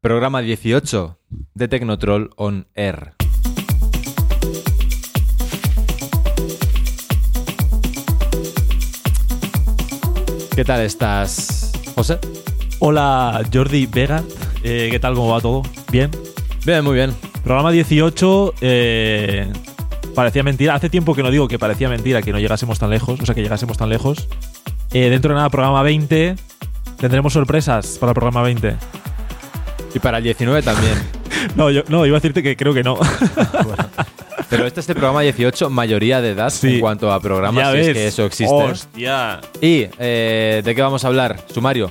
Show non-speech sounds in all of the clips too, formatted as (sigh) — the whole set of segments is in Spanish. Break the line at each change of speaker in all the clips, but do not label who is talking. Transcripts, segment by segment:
Programa 18 de Tecnotroll on Air. ¿Qué tal estás, José?
Hola Jordi Vega, Eh, ¿qué tal? ¿Cómo va todo? ¿Bien?
Bien, muy bien.
Programa 18, eh, parecía mentira. Hace tiempo que no digo que parecía mentira que no llegásemos tan lejos, o sea, que llegásemos tan lejos. Eh, dentro de nada, programa 20, tendremos sorpresas para el programa 20.
Y para el 19
(laughs)
también.
No, yo, no iba a decirte que creo
(laughs)
que no. (laughs)
Pero este es el programa 18, mayoría de edad
Sí.
en cuanto a programas,
Ya
si es
ves.
que eso existe.
Hostia.
¿Y eh, de qué vamos a hablar, sumario?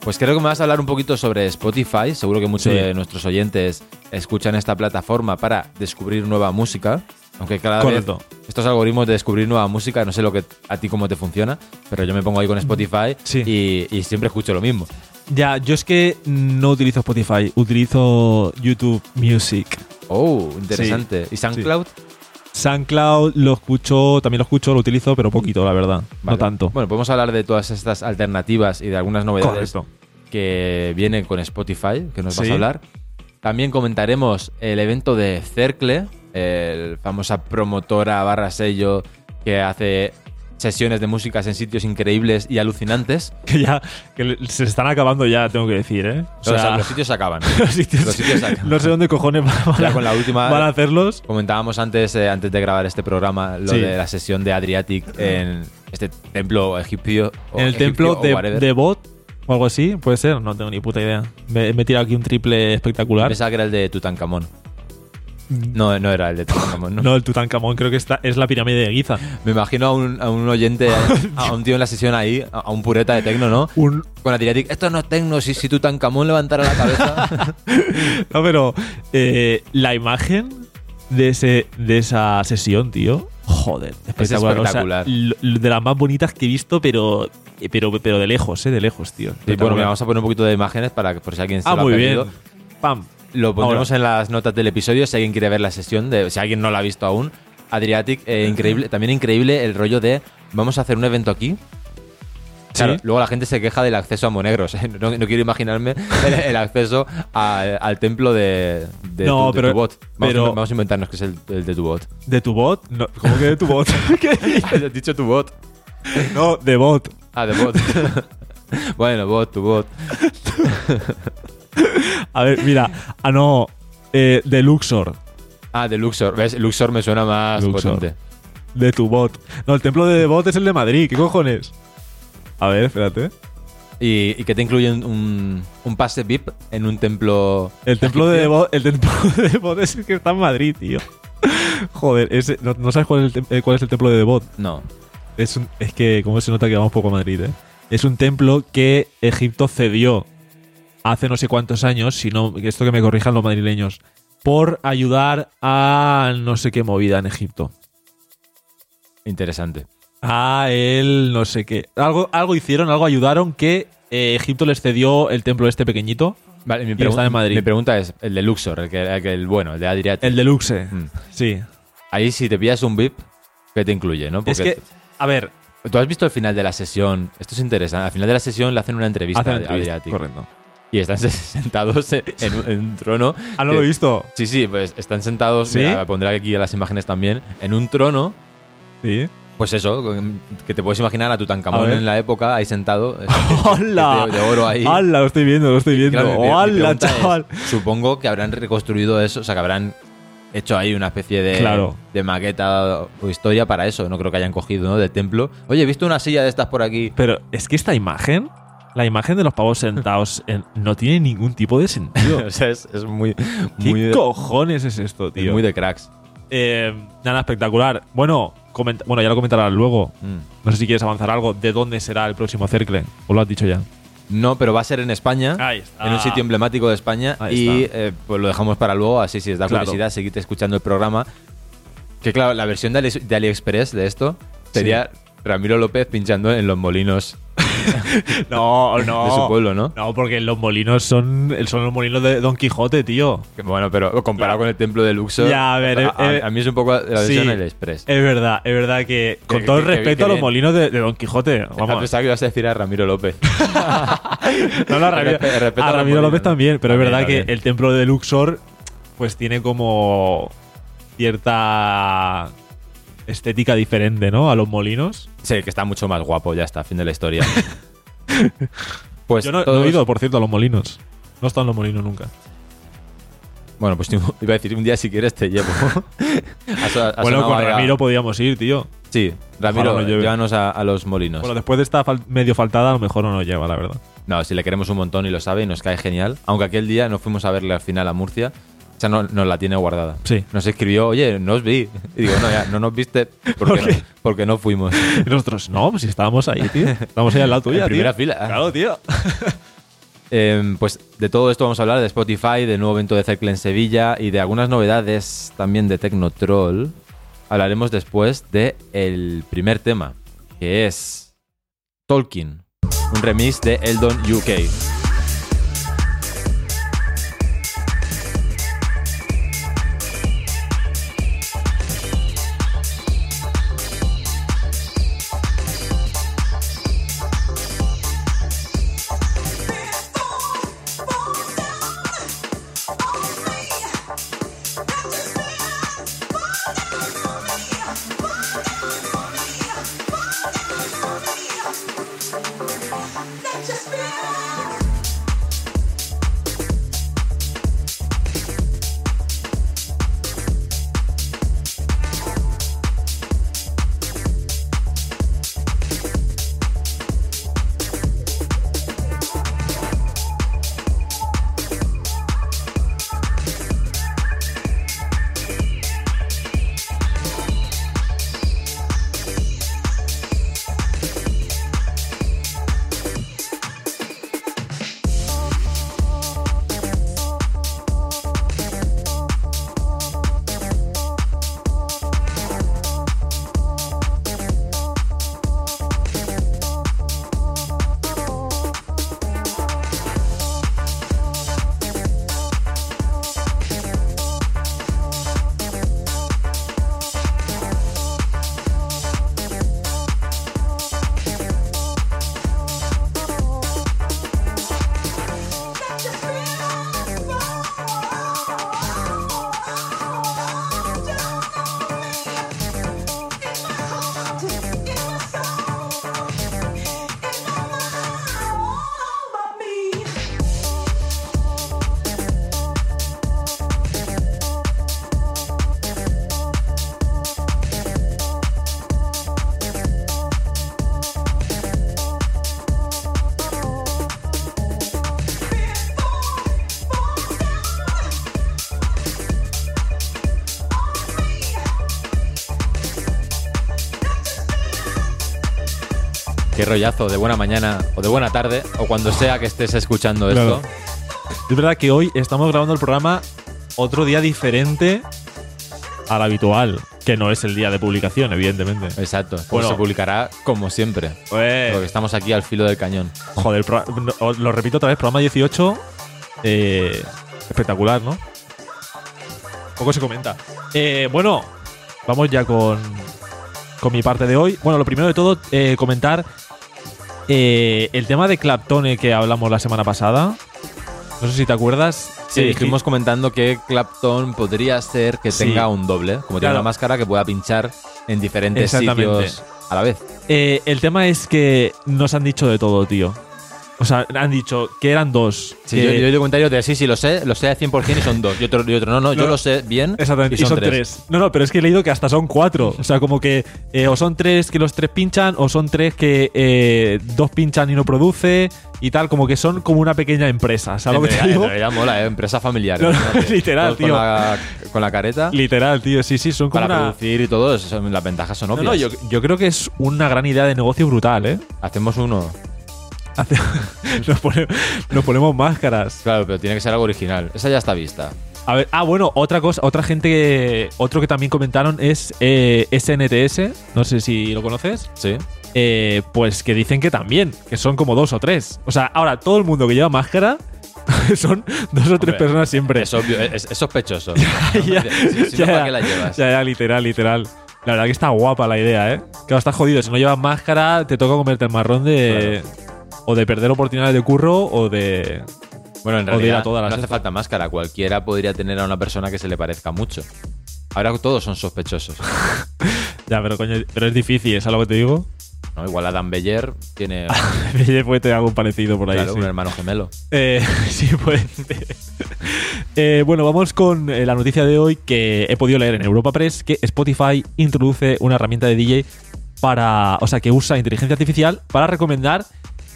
Pues creo que me vas a hablar un poquito sobre Spotify. Seguro que muchos
Sí.
de nuestros oyentes escuchan esta plataforma para descubrir nueva música. Aunque cada
Correcto.
vez estos algoritmos de descubrir nueva música, no sé lo que a ti cómo te funciona, pero yo me pongo ahí con Spotify
Mm. Sí.
y, y siempre escucho lo mismo.
Ya, yo es que no utilizo Spotify, utilizo YouTube Music.
Oh, interesante. ¿Y SoundCloud?
SoundCloud lo escucho, también lo escucho, lo utilizo, pero poquito, la verdad. No
Vale.
tanto.
Bueno, podemos hablar de todas estas alternativas y de algunas novedades
Correcto.
que vienen con Spotify, que nos vas
Sí.
a hablar. También comentaremos el evento de Cercle, el famosa promotora barra sello que hace sesiones de músicas en sitios increíbles y alucinantes.
que ya que le- se están acabando ya, tengo que decir, ¿eh? O
Los-
sea,
los, sitios se acaban.
(laughs) los sitios-
los sitios acaban.
no sé dónde cojones van a,
Ya con la última-
van a hacerlos.
Comentábamos antes, eh, antes de grabar este programa, lo
Sí.
de la sesión de Adriatic en este templo egipcio. o
En el
egipcio
templo
o
de,
whatever.
de Bot o algo así, puede ser, no tengo ni puta idea. Me, me he tirado aquí un triple espectacular.
Pensaba que era el de Tutankamón. No, no era el de Tutankamón, ¿no?
(laughs) No, el Tutankamón creo que está, es la pirámide de Giza.
Me imagino a un, a un oyente, a, a un tío en la sesión ahí, a, a un pureta de tecno, ¿no?
Un,
Con la tiratic, esto no es tecno, si, si Tutankamón levantara la cabeza.
(laughs) no, pero eh, la imagen de, ese, de esa sesión, tío, joder, espectacular. O sea,
espectacular.
l- l- de las más bonitas que he visto, pero, pero, pero de lejos, ¿eh? De lejos, tío.
y bueno, mira,
Espectacular.
vamos a poner un poquito de imágenes para que por si alguien se
Ah,
lo ha
muy bien.
perdido.
Pam.
Lo pondremos en las notas del episodio si alguien quiere ver la sesión, de, si alguien no la ha visto aún. Adriatic, eh, increíble, también increíble el rollo de vamos a hacer un evento aquí. Claro,
Sí.
luego la gente se queja del acceso a Monegros. (laughs) ¿eh? No, no quiero imaginarme el, el acceso al, al templo de, de
No,
tu, de
pero-
tu bot. Vamos,
pero-
vamos a inventarnos que es el, el de tu bot. (laughs)
¿De tu bot? No, ¿Cómo que de tu bot? ¿Qué dices?
Has dicho tu bot.
No, de bot.
Ah, de bot. (laughs) bueno, bot, tu bot.
A ver, mira. Ah, no. eh, de Luxor.
Ah, de Luxor. ¿Ves? Luxor me suena más
Luxor.
potente.
De tu bot. No, el templo de bot es el de Madrid. ¿Qué cojones? A ver, espérate.
¿Y, y que te incluye un, un, un pase VIP en un templo.
El templo
(laughs)
de bot, el templo (laughs) de bot es el que está en Madrid, tío. Joder, ese- no, no sabes cuál es, el, tem- eh, cuál es el templo de bot.
No.
Es, un- es que, ¿cómo se nota que vamos poco a Madrid, eh? Es un templo que Egipto cedió hace no sé cuántos años, si no, que esto que me corrijan los madrileños, por ayudar a no sé qué movida en Egipto.
Interesante.
A él, no sé qué. Algo, algo hicieron, algo ayudaron que eh, Egipto les cedió el templo este pequeñito,
Vale, mi,
Y está en Madrid.
mi pregunta es: el de Luxor, el, que, el que- el bueno, el de Adriatic.
el deluxe.
Mm.
Sí.
Ahí, si te pillas un VIP, ¿qué te incluye, no? Porque
es que, a ver,
tú has visto el final de la sesión. Esto es interesante. Al final de la sesión le hacen una entrevista
hacen
a
entrevista,
Adriatic.
Correcto.
Y están (laughs) sentados en, en un- en un trono.
Ah, no
que-
lo he visto.
Sí, sí, pues están sentados,
¿Sí?
mira, pondré aquí las imágenes también, en un trono,
Sí.
pues eso, con- que te puedes imaginar a
A
Tutankamón
ver.
en la época, ahí
(laughs)
sentado,
¡Hala!
de, de oro ahí.
¡Hala! Lo estoy viendo, lo estoy viendo.
Claro, mi- mi
¡Hala,
pregunta es,
chaval!
supongo que habrán reconstruido eso, o sea, que habrán hecho ahí una especie de,
Claro.
de maqueta o historia para eso, no creo que hayan cogido, ¿no? Del templo. Oye, he visto una silla de estas por aquí.
Pero es que esta imagen, la imagen de los (laughs) pavos sentados, en- no tiene ningún tipo de
(laughs)
sentido. (laughs)
o sea, es, es muy,
¿Qué
muy, de,
cojones es esto,
es
tío?
muy de cracks.
Eh, nada espectacular. Bueno, comenta- bueno, ya lo comentarás luego.
Mm.
No sé si quieres avanzar algo. ¿De dónde será el próximo cercle? ¿O lo has dicho ya?
No, pero va a ser en España.
Ahí está.
En un sitio emblemático de España.
Ahí
Y
está.
eh, pues lo dejamos para luego. Así, si os da
Claro.
curiosidad, seguid escuchando el programa. Que claro, la versión de, Ali- de AliExpress de esto sería Ramiro López pinchando en los molinos
(laughs) No, no.
de su pueblo, ¿no?
No, porque los molinos son, son los molinos de Don Quijote, tío.
Que Bueno, pero comparado con el templo de Luxor,
Ya, a ver, eh, eh,
a, a mí es un poco la
sí. Eh,
versión del Express.
Es verdad, es verdad que. Con
Que-
todo el
que- que-
respeto
que
a los
bien.
molinos de, de Don Quijote.
Pensaba
Vamos.
que ibas a decir a Ramiro López.
(laughs) No, no, a Ramiro,
Respe- respeto
a
a los
Ramiro López
molinos.
también, pero es
También,
verdad que
también.
el templo de Luxor, pues tiene como cierta estética diferente, ¿no? A los molinos.
sí, que está mucho más guapo, ya está, fin de la
(laughs)
historia. pues
Yo no, no
todos-
he ido, por cierto, a los molinos. No están los molinos nunca.
Bueno, pues te- iba a decir, un día si quieres te
(laughs)
llevo. A so- a
bueno, con
Sonabarga-
Ramiro podíamos ir, tío.
Sí, Ramiro,
Ojalá nos lleve.
llévanos a, a los molinos.
Bueno, después de esta fal- medio faltada, a lo mejor no nos lleva, la verdad.
No, si le queremos un montón y lo sabe y nos cae genial. Aunque aquel día no fuimos a verle al final a Murcia, o sea, no, nos la tiene guardada.
Sí.
Nos escribió, oye, no os vi. (laughs) Y digo, no, ya, no nos viste
(laughs) ¿Por
porque,
qué?
no, porque no fuimos.
(laughs) Y nosotros, no, pues si estábamos ahí, tío. Estábamos ahí al lado
(laughs)
tuya,
en primera
tío.
fila.
Claro,
(laughs)
tío.
Eh, pues de todo esto vamos a hablar, de Spotify, del nuevo evento de Cercle en Sevilla y de algunas novedades también de Tecnotroll. Hablaremos después de el primer tema, que es Tolkien, un remix de Eldon UK.
Just feel it. Me.
Qué rollazo de buena mañana o de buena tarde o cuando sea que estés escuchando esto.
Claro. Es verdad que hoy estamos grabando el programa otro día diferente al habitual, que no es el día de publicación, evidentemente.
Exacto. Pues
Bueno.
se publicará como siempre.
Eh,
Porque estamos aquí al filo del cañón.
joder, pro- no, lo repito otra vez, programa 18, eh, espectacular, ¿no? Poco se comenta. Eh, bueno, vamos ya con, con mi parte de hoy. Bueno, lo primero de todo, eh, comentar eh, el tema de Claptone que hablamos la semana pasada. No sé si te acuerdas.
Sí,
Eh,
estuvimos comentando que Clapton podría ser que
Sí.
tenga un doble, como tiene
Claro.
una máscara que pueda pinchar en diferentes
Exactamente.
sitios a la vez.
Eh, el tema es que nos han dicho de todo, tío. O sea, han dicho que eran dos.
Sí,
que-
yo, yo he oído comentarios de sí, sí, lo sé, lo sé al 100% y son dos. Y otro, y otro no, no, yo
No.
lo sé bien.
Exactamente,
y son, tres.
No, no, pero es que he leído que hasta son cuatro. O sea, como que eh, o son tres que los tres pinchan, o son tres que eh, dos pinchan y no produce, y tal, como que son como una pequeña empresa. ¿Sabes
En
lo que te
realidad,
digo?
en realidad mola, ¿eh? empresa familiar.
No, no,
imagínate.
(laughs) literal,
Todos
tío.
Con la, con la careta,
Literal, tío, sí, sí, son como
para
una.
producir y todo, eso, las ventajas son
No,
obvias.
no, yo, yo creo que es una gran idea de negocio brutal, ¿eh? (laughs)
Hacemos uno.
Hace- nos, pone- nos ponemos máscaras.
Claro, pero tiene que ser algo original. Esa ya está vista.
A ver, ah, bueno, otra cosa, otra gente, que- otro que también comentaron es eh, SNTS, no sé si lo conoces,
Sí.
eh, pues que dicen que también, que son como dos o tres. O sea, ahora todo el mundo que lleva máscara (laughs) son dos o
Hombre,
tres personas siempre. (laughs)
Es obvio, es, es sospechoso. si si no, ¿para qué la llevas?
Ya, ya, literal, literal. La verdad que está guapa la idea, ¿eh? Claro, está jodido. Si no llevas máscara, te toca comerte el marrón de. O de perder oportunidades de curro o de.
Bueno, en
O de ir a
realidad
todas las
no hace
estas.
falta máscara. Cualquiera podría tener a una persona que se le parezca mucho. Ahora todos son sospechosos.
Ya, pero coño, pero es difícil, ¿es algo que te digo?
¿no? Igual Adam Beller tiene
(laughs) Belle puede tener algo parecido por ahí.
claro,
sí.
un hermano gemelo.
Eh, (laughs) sí, puede ser. Eh, bueno, vamos con eh, la noticia de hoy que he podido leer en Europa Press que Spotify introduce una herramienta de DJ para, o sea, que usa inteligencia artificial para recomendar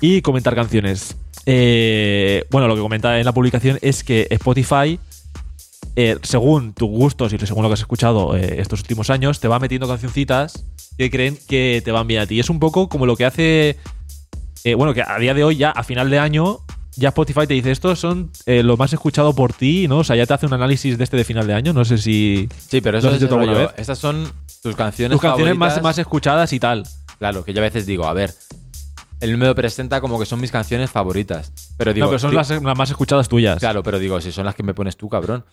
y comentar canciones. Eh, bueno, lo que comenta en la publicación es que Spotify, eh, según tus gustos y según lo que has escuchado eh, estos últimos años, te va metiendo cancioncitas que creen que te van bien a ti. Es un poco como lo que hace eh, bueno, que a día de hoy, ya a final de año, ya Spotify te dice, estos son eh, lo más escuchado por ti, ¿no? O sea, ya te hace un análisis de este de final de año, no sé si...
Sí, pero eso
¿Lo has
es
hecho tú
el
alguna
rollo.
vez?
Estas son tus canciones
Tus canciones más,
favoritas.
más escuchadas y tal.
Claro, que yo a veces digo, a ver, él me lo presenta como que son mis canciones favoritas. Pero digo,
no, pero son
sí,
las, las más escuchadas tuyas.
claro, pero digo, si son las que me pones tú,
(laughs)
cabrón.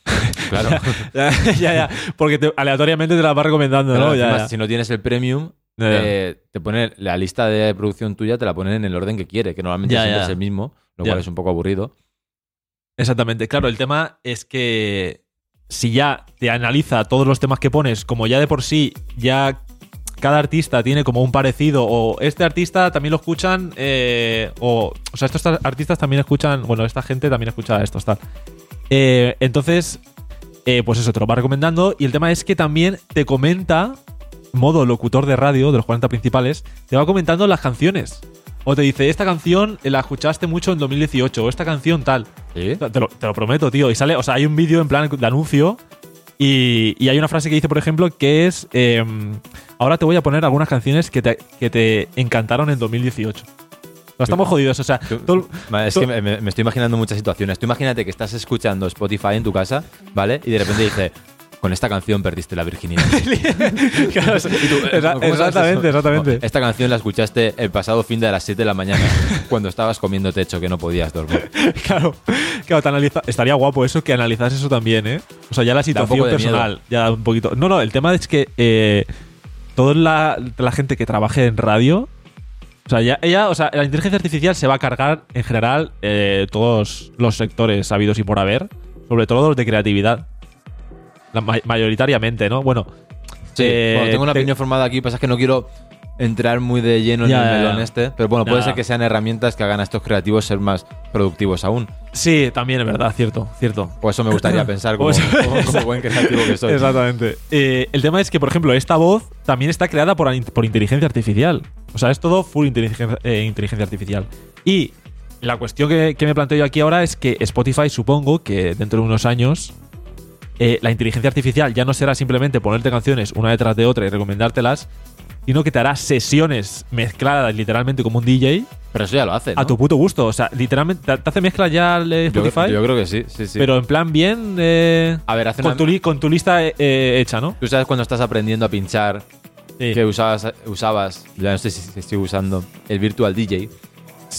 Claro.
ya, (laughs) ya, ya, porque te- aleatoriamente te las va recomendando,
Claro,
¿no? Ya,
encima,
ya.
Si no tienes el premium,
Ya, ya.
eh, te pone la lista de producción tuya, te la ponen en el orden que quiere, que normalmente
Ya,
siempre
ya.
es el mismo, lo
Ya.
cual es un poco aburrido.
Exactamente. Claro, el tema es que si ya te analiza todos los temas que pones, como ya de por sí, ya cada artista tiene como un parecido, o este artista también lo escuchan, eh, o, o sea, estos ta- artistas también escuchan, bueno, esta gente también escucha estos tal. Eh, entonces, eh, pues eso, te lo va recomendando. Y el tema es que también te comenta, modo locutor de radio de los 40 principales, te va comentando las canciones. O te dice, esta canción la escuchaste mucho en 2018, o esta canción tal.
¿Sí?
Te lo, te lo prometo, tío. Y sale, o sea, hay un vídeo en plan de anuncio y, y hay una frase que dice, por ejemplo, que es, eh, ahora te voy a poner algunas canciones que te, que te encantaron en 2018. No, estamos jodidos, o sea,
Tú-
todo el-
Ma- Es
tú-
que me, me- me estoy imaginando muchas situaciones. Tú imagínate que estás escuchando Spotify en tu casa, ¿vale? Y de repente dice, con esta canción perdiste la
(laughs)
virginidad.
Claro, o sea,
Y tú, eh,
exa-
¿cómo sabes eso?
exactamente, exactamente.
Esta canción la escuchaste el pasado fin de a las 7 de la
(laughs)
mañana, cuando estabas comiendo techo que no podías dormir.
Claro, claro, te analiza- estaría guapo eso que analizas eso también, ¿eh? O sea, ya la situación
poco de
personal,
miedo.
ya da un poquito. No, no, el tema es que eh, toda la, la gente que trabaje en radio, o sea, ya, ella, o sea, la inteligencia artificial se va a cargar en general eh, todos los sectores sabidos y por haber, sobre todo los de creatividad, La may- mayoritariamente, ¿no? Bueno,
Sí,
Eh,
bueno, tengo una
te-
opinión formada aquí, pasa que no quiero entrar muy de lleno en
Ya,
el
ya,
melón
ya.
este, pero bueno, puede
Ya.
ser que sean herramientas que hagan a estos creativos ser más productivos aún.
sí, también es verdad, cierto, cierto.
O eso me
(laughs)
gustaría pensar como,
Pues-
como- como buen creativo que
(laughs)
soy.
Exactamente. Eh, el tema es que, por ejemplo, esta voz también está creada por, por inteligencia artificial. O sea, es todo full inteligencia, eh, inteligencia artificial. Y la cuestión que, que me planteo yo aquí ahora es que Spotify, supongo que dentro de unos años, eh, la inteligencia artificial ya no será simplemente ponerte canciones una detrás de otra y recomendártelas, sino que te hará sesiones mezcladas literalmente como un DJ
Pero eso ya lo hace.
a
¿no?
tu puto gusto. O sea, literalmente te, te hace mezcla ya el eh,
yo,
Spotify,
yo creo que sí, sí, sí.
pero en plan bien... eh,
a ver, hace
con
una-
tu, li- con tu lista eh, eh, hecha, ¿no?
Tú sabes cuando estás aprendiendo a pinchar
Sí.
que usabas, usabas, ya no sé si, si estoy usando, el Virtual DJ.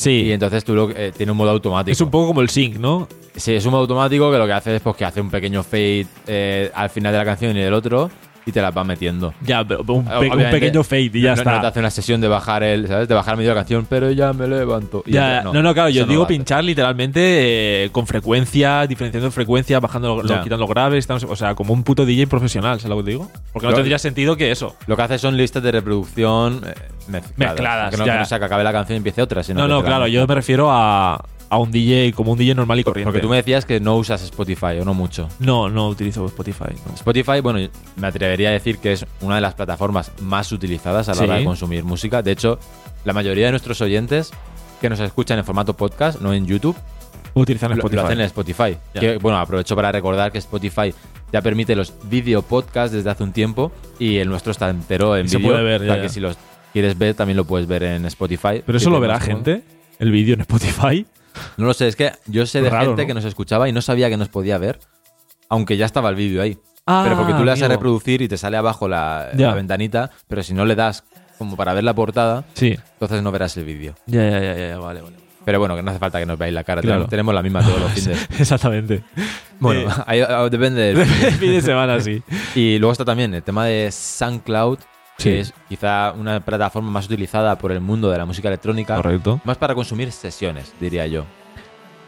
Y entonces tú lo, eh, tiene un modo automático.
es un poco como el sync, ¿no?
Sí, es un modo automático que lo que hace es pues, que hace un pequeño fade eh, al final de la canción y del otro y te las va metiendo.
Ya, pero un, pe- un
Ah, Obviamente,
pequeño fade y
no-
ya
no-
está.
No te hace una sesión de bajar el, ¿sabes? De bajar medio de la canción, pero ya me levanto. Y
Ya,
ya-
no, no, claro, yo
eso no
digo
lo hace.
pinchar literalmente eh, con frecuencia, diferenciando en frecuencia, bajando, lo-
Ya.
quitando graves, tal, no sé, o sea, como un puto DJ profesional, ¿sabes lo que te digo? Porque no
Claro.
tendría sentido que eso.
Lo que hace son listas de reproducción eh, mezcladas.
Mezcladas,
Que no,
ya.
que no sea que acabe la canción y empiece otra, sino
No,
que
no,
te la
claro,
mezcla.
yo me refiero a, a un DJ como un DJ normal y corriente.
Porque tú me decías que no usas Spotify o no mucho.
No, no utilizo Spotify. no.
Spotify, bueno, me atrevería a decir que es una de las plataformas más utilizadas a la
Sí.
hora de consumir música. De hecho, la mayoría de nuestros oyentes que nos escuchan en formato podcast, no en YouTube,
Utilizan
lo, lo
Spotify.
hacen en Spotify.
Ya.
Que, bueno, aprovecho para recordar que Spotify ya permite los video podcasts desde hace un tiempo y el nuestro está entero en
Se
vídeo.
puede ver,
o sea
ya,
que
ya.
si los quieres ver, también lo puedes ver en Spotify.
Pero
Si
eso lo
te
verá
más cómodo.
gente, el vídeo en Spotify.
No lo sé, es que yo sé de
Raro,
gente
¿no?
que nos escuchaba y no sabía que nos podía ver. aunque ya estaba el vídeo ahí.
Ah,
pero porque tú le das a
amigo.
reproducir y te sale abajo la,
Ya.
la ventanita, pero si no le das como para ver la portada,
Sí.
entonces no verás el vídeo.
Ya, ya, ya, ya, vale, vale.
Pero bueno, que no hace falta que nos veáis la cara,
Claro.
tenemos la misma todos
(laughs)
los fines.
Exactamente.
Bueno,
Eh,
ahí, ah, depende del
(laughs) fin de semana,
(laughs)
sí.
Y luego está también el tema de SoundCloud, que
Sí.
es quizá una plataforma más utilizada por el mundo de la música electrónica,
Correcto.
más para consumir sesiones, diría yo.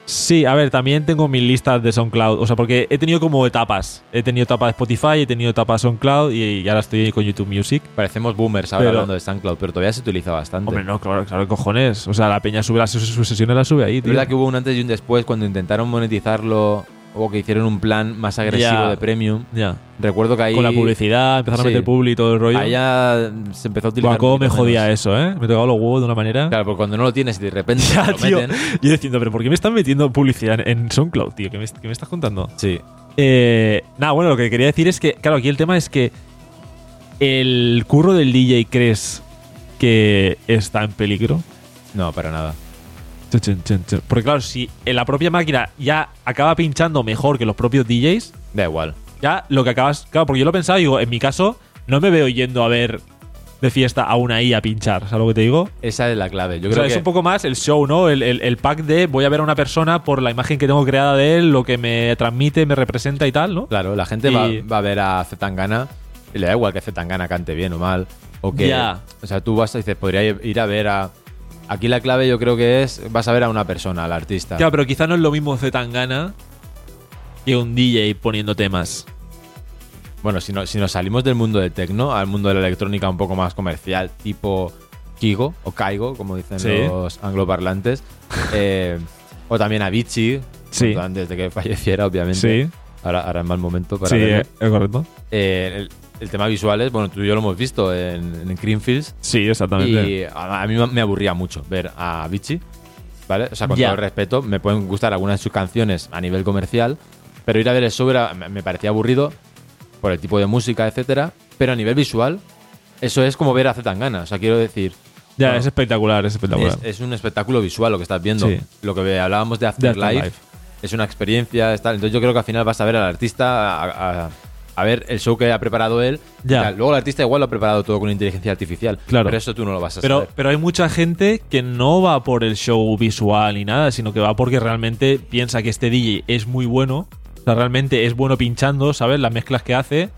Sí, a ver, también tengo mis listas de SoundCloud. O sea, porque he tenido como etapas. He tenido etapa de Spotify, he tenido etapa de SoundCloud y, y ahora estoy con YouTube Music.
Parecemos boomers ahora
Pero-
hablando de SoundCloud, pero todavía se utiliza bastante.
Hombre, no, claro, claro, cojones. O sea, la peña sube las, sus, sus sesiones, las sube ahí,
Es
tío.
verdad que hubo un antes y un después cuando intentaron monetizarlo o que hicieron un plan más agresivo
Ya.
de premium.
Ya.
Recuerdo que ahí.
Con la publicidad, empezaron
Sí.
a meter publi y todo el rollo.
ahí ya se empezó a utilizar.
Buah, cómo me jodía
eso.
eso, ¿eh? Me tocaba los huevos de una manera.
Claro, porque cuando no lo tienes y de repente
(laughs) Ya,
te lo
tío.
meten.
Yo diciendo, pero ¿por qué me están metiendo publicidad en- en SoundCloud, tío? ¿Qué me, qué me estás contando?
Sí.
Eh, nada, bueno, lo que quería decir es que, claro, aquí el tema es que el curro del DJ crees que está en peligro.
No, para nada.
Chun, chun, chun, chun. Porque claro, si en la propia máquina ya acaba pinchando mejor que los propios DJs,
Da igual.
ya lo que acabas... Claro, porque yo lo pensaba, y digo, en mi caso, no me veo yendo a ver de fiesta a una I a pinchar, ¿sabes lo que te digo?
Esa es la clave. Yo
O
creo
sea, es
que-
un poco más el show, ¿no? El, el- el pack de voy a ver a una persona por la imagen que tengo creada de él, lo que me transmite, me representa y tal, ¿no?
Claro, la gente
Y-
va, va a ver a Zetangana y le da igual que Zetangana cante bien o mal. O que.
Ya.
O sea, tú vas y dices, podría ir a ver a. Aquí la clave yo creo que es, vas a ver a una persona, al artista.
Claro, pero quizá no es lo mismo Zetangana que un DJ poniendo temas.
Bueno, si, no- si nos salimos del mundo del tecno al mundo de la electrónica un poco más comercial, tipo Kigo o Kaigo, como dicen
Sí.
los angloparlantes, (laughs) eh, o también Avicii,
Sí.
cuanto antes de que falleciera, obviamente.
Sí.
Ahora, ahora es mal momento para
sí,
verlo.
eh, es correcto.
Eh, el, el tema visuales, bueno, tú y yo lo hemos visto en, en Greenfields.
Sí, exactamente.
Y a, a mí me aburría mucho ver a Avicii, ¿vale? O sea, con
Ya.
todo el respeto, me pueden gustar algunas de sus canciones a nivel comercial, pero ir a ver el show era- me me parecía aburrido por el tipo de música, etcétera. Pero a nivel visual, eso es como ver a Zetangana. O sea, quiero decir,
ya,
no.
es espectacular, es espectacular.
es, es un espectáculo visual lo que estás viendo.
Ah, Sí.
Lo que hablábamos de Afterlife,
Afterlife.
es una experiencia. es tal. Entonces yo creo que al final vas a ver al artista, a, a- a ver el show que ha preparado él.
Ya.
O sea, Luego el artista igual lo ha preparado todo con inteligencia artificial.
Claro.
Pero eso tú no lo vas a
pero,
saber.
pero hay mucha gente que no va por el show visual ni nada, sino que va porque realmente piensa que este DJ es muy bueno. O sea, realmente es bueno pinchando, ¿sabes? Las mezclas que hace.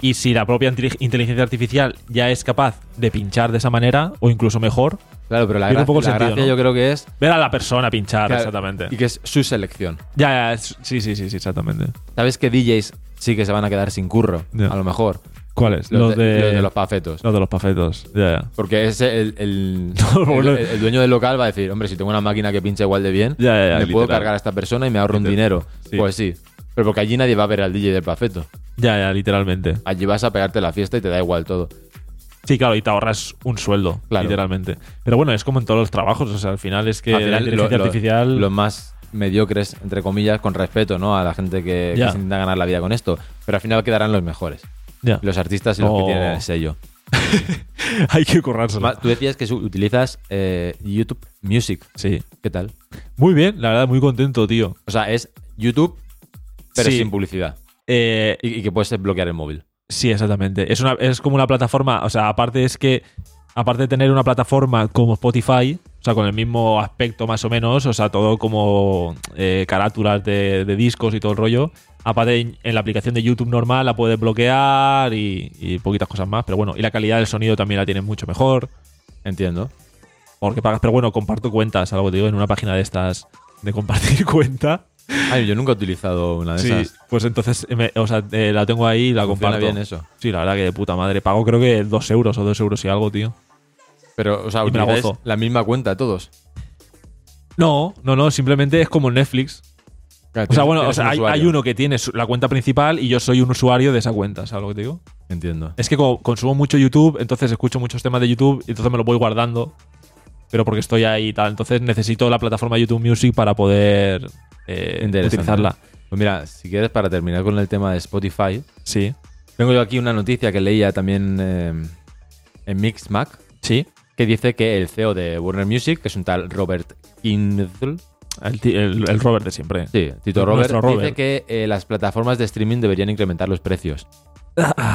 Y si la propia intelig- inteligencia artificial ya es capaz de pinchar de esa manera, o incluso mejor,
Claro, pero la,
Tiene un
gra-
poco
la
sentido,
gracia
¿no?
yo creo que es.
ver a la persona pinchar,
claro,
exactamente.
Y que es su selección.
Ya, ya, es- sí, sí, sí, sí, exactamente.
Sabes que DJs sí que se van a quedar sin curro,
Ya.
a lo mejor.
¿Cuáles?
Los,
Los,
de,
de,
los de los pafetos.
los de los pafetos. Ya, ya.
Porque ese, el, el,
(laughs) No,
el-
bueno.
el- el dueño del local va a decir, hombre, si tengo una máquina que pincha igual de bien,
Ya, ya, ya,
me puedo
literal.
cargar a esta persona y me ahorro un dinero.
Sí.
Pues sí. Pero porque allí nadie va a ver al DJ del pafeto.
Ya, ya, literalmente.
Allí vas a pegarte la fiesta y te da igual todo.
Sí, claro, y te ahorras un sueldo,
Claro.
literalmente. Pero bueno, es como en todos los trabajos, o sea, al final es que
Al
la
final, lo-
inteligencia
lo-
artificial...
Los más mediocres, entre comillas, con respeto, ¿no? A la gente que, que
Ya.
se intenta ganar la vida con esto. Pero al final quedarán los mejores.
ya.
Los artistas y los que
Oh.
tienen el sello.
(laughs) Hay que currárselo.
Ma- Tú decías que su- utilizas eh, YouTube Music.
Sí.
¿Qué tal?
Muy bien, la verdad, muy contento, tío.
O sea, es YouTube, pero
Sí.
sin publicidad.
Eh,
Y, y que puedes bloquear el móvil.
Sí, exactamente. Es, una, es como una plataforma, o sea, aparte es que, aparte de tener una plataforma como Spotify, o sea, con el mismo aspecto más o menos, o sea, todo como eh, carátulas de, de discos y todo el rollo, aparte en, en la aplicación de YouTube normal la puedes bloquear y, y poquitas cosas más, pero bueno, y la calidad del sonido también la tienes mucho mejor,
Entiendo.
porque pagas, pero bueno, comparto cuentas, algo te digo, en una página de estas de compartir (laughs) cuenta.
Ay, yo nunca he utilizado una de
Sí,
esas.
pues entonces, eh, me- o sea, eh, la tengo ahí y la
Funciona
comparto.
bien eso.
Sí, la verdad que de puta madre. Pago creo que 2 euros o 2 euros y algo, tío.
Pero, o sea,
Y me la
utilizáis
gozo.
la misma cuenta todos.
No, no, no. Simplemente es como Netflix.
Claro,
O sea,
tienes-
bueno, o
tienes
sea,
un
hay,
usuario.
hay uno que tiene su- la cuenta principal y yo soy un usuario de esa cuenta, ¿sabes lo que te digo?
Entiendo.
Es que como consumo mucho YouTube, entonces escucho muchos temas de YouTube y entonces me lo voy guardando. Pero porque estoy ahí y tal. Entonces necesito la plataforma YouTube Music para poder eh,
Interesante.
utilizarla.
Pues mira, si quieres, para terminar con el tema de Spotify,
Sí.
tengo yo aquí una noticia que leía también eh, en Mixmac,
Sí.
E que dice que el CEO de Warner Music, que es un tal Robert Kindle,
El, ti- el- el Robert de siempre.
Sí, Tito Robert,
Pues Nuestro Robert.
dice que eh, las plataformas de streaming deberían incrementar los precios.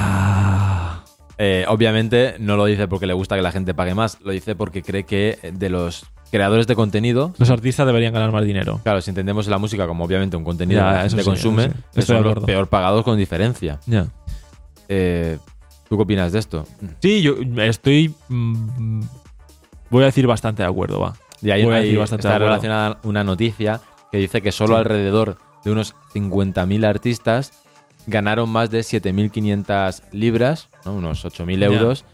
Ah.
Eh, obviamente no lo dice porque le gusta que la gente pague más, lo dice porque cree que eh, de los creadores de contenido,
Los artistas deberían ganar más dinero.
claro, si entendemos la música como obviamente un contenido
Ya,
que la
eso
gente
sí,
consume,
eso sí.
que
Estoy de
son los
acuerdo.
peor pagados con diferencia.
Ya.
Eh, ¿Tú qué opinas de esto?
Sí, yo estoy. mm, voy a decir bastante de acuerdo, va.
Y ahí
Voy a
ahí
decir bastante de
está
acuerdo.
relacionada una noticia que dice que solo
Sí.
alrededor de unos 50.000 artistas ganaron más de 7.500 libras, ¿no? unos 8.000
Ya.
euros,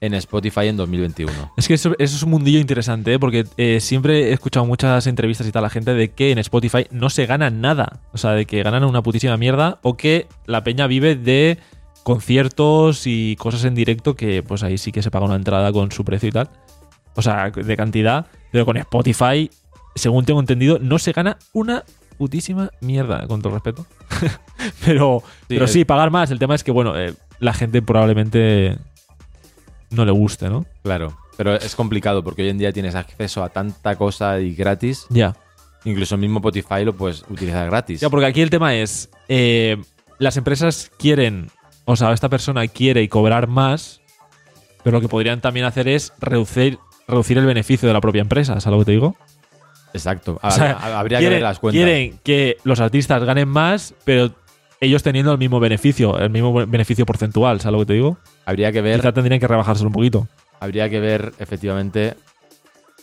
en Spotify en 2021.
Es que eso, eso es un mundillo interesante, ¿eh? porque eh, siempre he escuchado muchas entrevistas y tal a la gente de que en Spotify no se gana nada. O sea, de que ganan una putísima mierda o que la peña vive de conciertos y cosas en directo que pues ahí sí que se paga una entrada con su precio y tal. O sea, de cantidad. Pero con Spotify, según tengo entendido, no se gana una putísima mierda, con todo respeto. (laughs) pero sí, pero
el-
sí pagar más. El tema es que, bueno, eh, la gente probablemente no le guste, ¿no?
Claro, pero es complicado porque hoy en día tienes acceso a tanta cosa y gratis.
Ya.
Incluso el mismo Spotify lo puedes utilizar gratis.
Ya, porque aquí el tema es, eh, las empresas quieren, o sea, esta persona quiere y cobrar más, pero lo que podrían también hacer es reducir, reducir el beneficio de la propia empresa, ¿sabes lo que te digo?
Exacto.
O sea,
Ha- Habría que
quieren-
ver las cuentas.
Quieren que los artistas ganen más, pero ellos teniendo el mismo beneficio, el mismo be- beneficio porcentual, ¿sabes lo que te digo?
Habría que ver,
Quizá tendrían que rebajárselo un poquito.
habría que ver efectivamente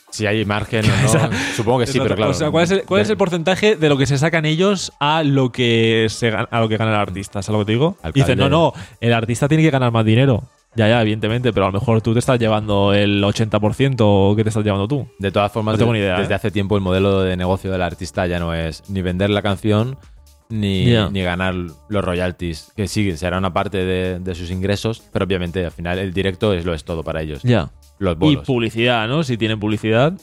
si hay margen
(laughs)
o no. Supongo que Pues sí, pero claro.
O sea, ¿cuál es, el, cuál es el porcentaje de lo que se sacan ellos a lo que se gan- a lo que gana el artista? ¿Sabes lo que te digo?
Alcalde.
Dicen, no, no, el artista tiene que ganar más dinero. Ya, ya, evidentemente, pero a lo mejor tú te estás llevando el 80% o que te estás llevando tú.
De todas formas,
No tengo
de-
ni idea,
desde
¿eh?
hace tiempo el modelo de negocio del artista ya no es ni vender la canción ni,
Ya.
ni ganar los royalties, que sí, será una parte de, de sus ingresos, pero obviamente al final el directo es lo es todo para ellos.
Ya.
Los
Y
bolos,
publicidad, ¿no? Si tienen publicidad.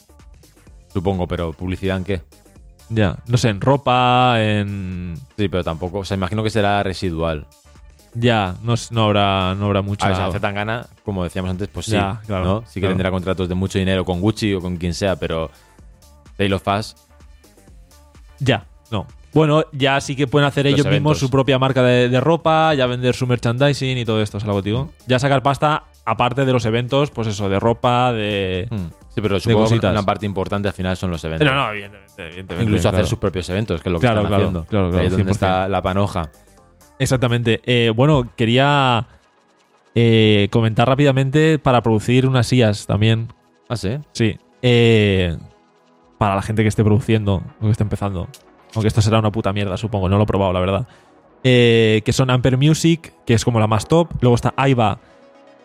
supongo, pero publicidad en qué.
Ya. No sé, en ropa, en.
Sí, pero tampoco, o sea, imagino que será residual.
Ya, no, s- no habrá, no habrá mucha.
A ver, si hace tan gana, como decíamos antes, pues sí.
Ya, claro,
¿no? Sí que
claro.
tendrá contratos de mucho dinero con Gucci o con quien sea, pero Taylor Fast,
Ya, no. Bueno, ya sí que pueden hacer
Los
ellos mismos
eventos.
su propia marca de, de ropa, ya vender su merchandising y todo esto, ¿sabes lo que digo? Ya sacar pasta, aparte de los eventos, pues eso, de ropa, de...
hmm. sí, pero supongo que
cositas.
una parte importante al final son los eventos.
Pero no, evidentemente. evidentemente,
Incluso
claro.
hacer sus propios eventos, que es lo que
Claro,
están
claro,
haciendo.
claro, claro,
Ahí es donde
100%.
está la panoja.
Exactamente. Eh, bueno, quería eh, comentar rápidamente para producir unas sillas también.
Ah, sí.
Sí. Eh, para la gente que esté produciendo o que esté empezando. Aunque esto será una puta mierda, supongo. No lo he probado, la verdad. Eh, que son Amper Music, que es como la más top. Luego está Aiva,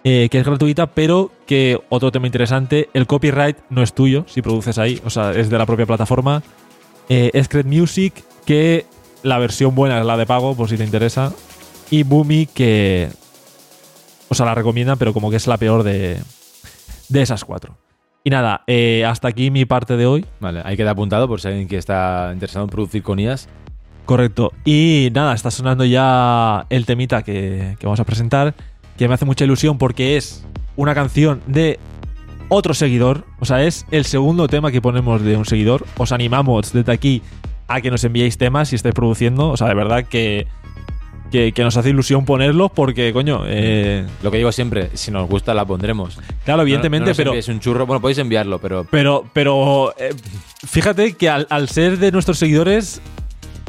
eh, que es gratuita, pero que otro tema interesante, el copyright no es tuyo si produces ahí. O sea, es de la propia plataforma. Eh, Scred Music, que la versión buena es la de pago, por si te interesa. Y Boomy, que... O sea, la recomiendan, pero como que es la peor de, de esas cuatro. Y nada, eh, hasta aquí mi parte de hoy.
Vale, ahí queda apuntado por si alguien que está interesado en producir con IAS.
Correcto. Y nada, está sonando ya el temita que, que vamos a presentar, que me hace mucha ilusión porque es una canción de otro seguidor. O sea, es el segundo tema que ponemos de un seguidor. Os animamos desde aquí a que nos enviéis temas si estáis produciendo. O sea, de verdad que, que, que nos hace ilusión ponerlos porque, coño, eh,
Lo que digo siempre, si nos gusta la pondremos.
claro, evidentemente, pero...
Es un churro, bueno, podéis enviarlo, pero
Pero, pero eh, fíjate que al, al ser de nuestros seguidores,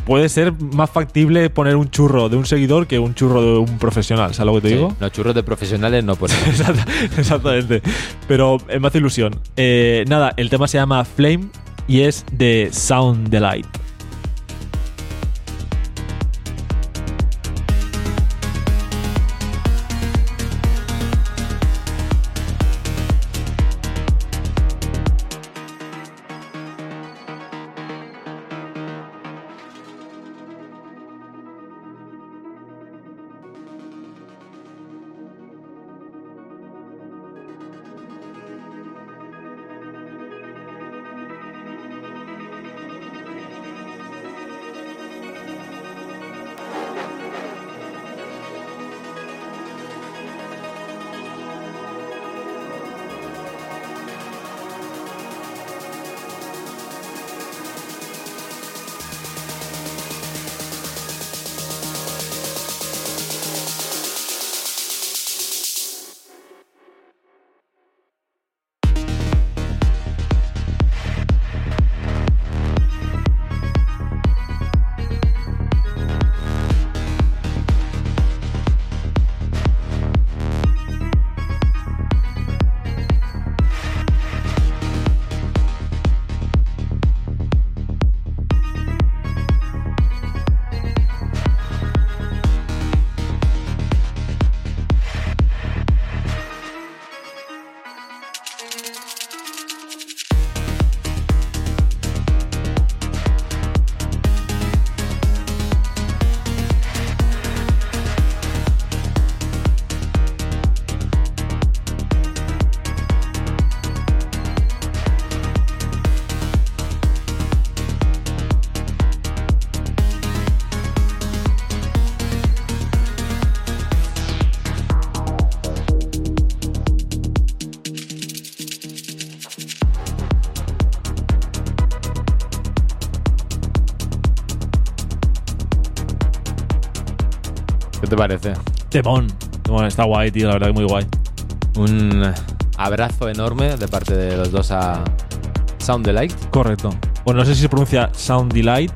puede ser más factible poner un churro de un seguidor que un churro de un profesional. ¿Sabes lo que te
sí,
digo? (laughs)
los churros de profesionales no ponemos.
Exacta- Exactamente. Pero eh, me hace ilusión. Eh, nada, el tema se llama Flame y es de Sound Delight.
¿Qué te parece?
Temón. Bueno, está guay, tío, la verdad que muy guay.
Un abrazo enorme de parte de los dos a Sound Delight.
Correcto. Bueno, no sé si se pronuncia Sound Delight.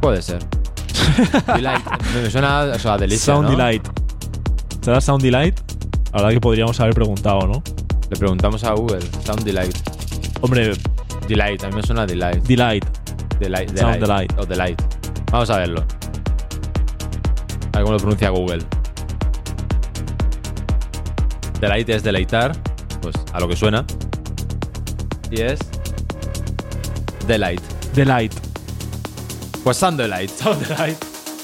Puede
(laughs)
ser. Delight. Me me suena o sea, a delicia,
Sound
¿no?
Delight. ¿Será Sound Delight? La verdad que podríamos haber preguntado, ¿no?
Le preguntamos a Google. Sound Delight.
Hombre,
Delight. A mí me suena a Delight.
Delight.
Delight.
Sound Delight.
O Delight. Oh, Vamos a verlo. A ver cómo lo pronuncia Google. Delight es deleitar. Pues a lo que suena. Y es. Delight.
Delight.
Pues Sound Delight. Sound
Delight.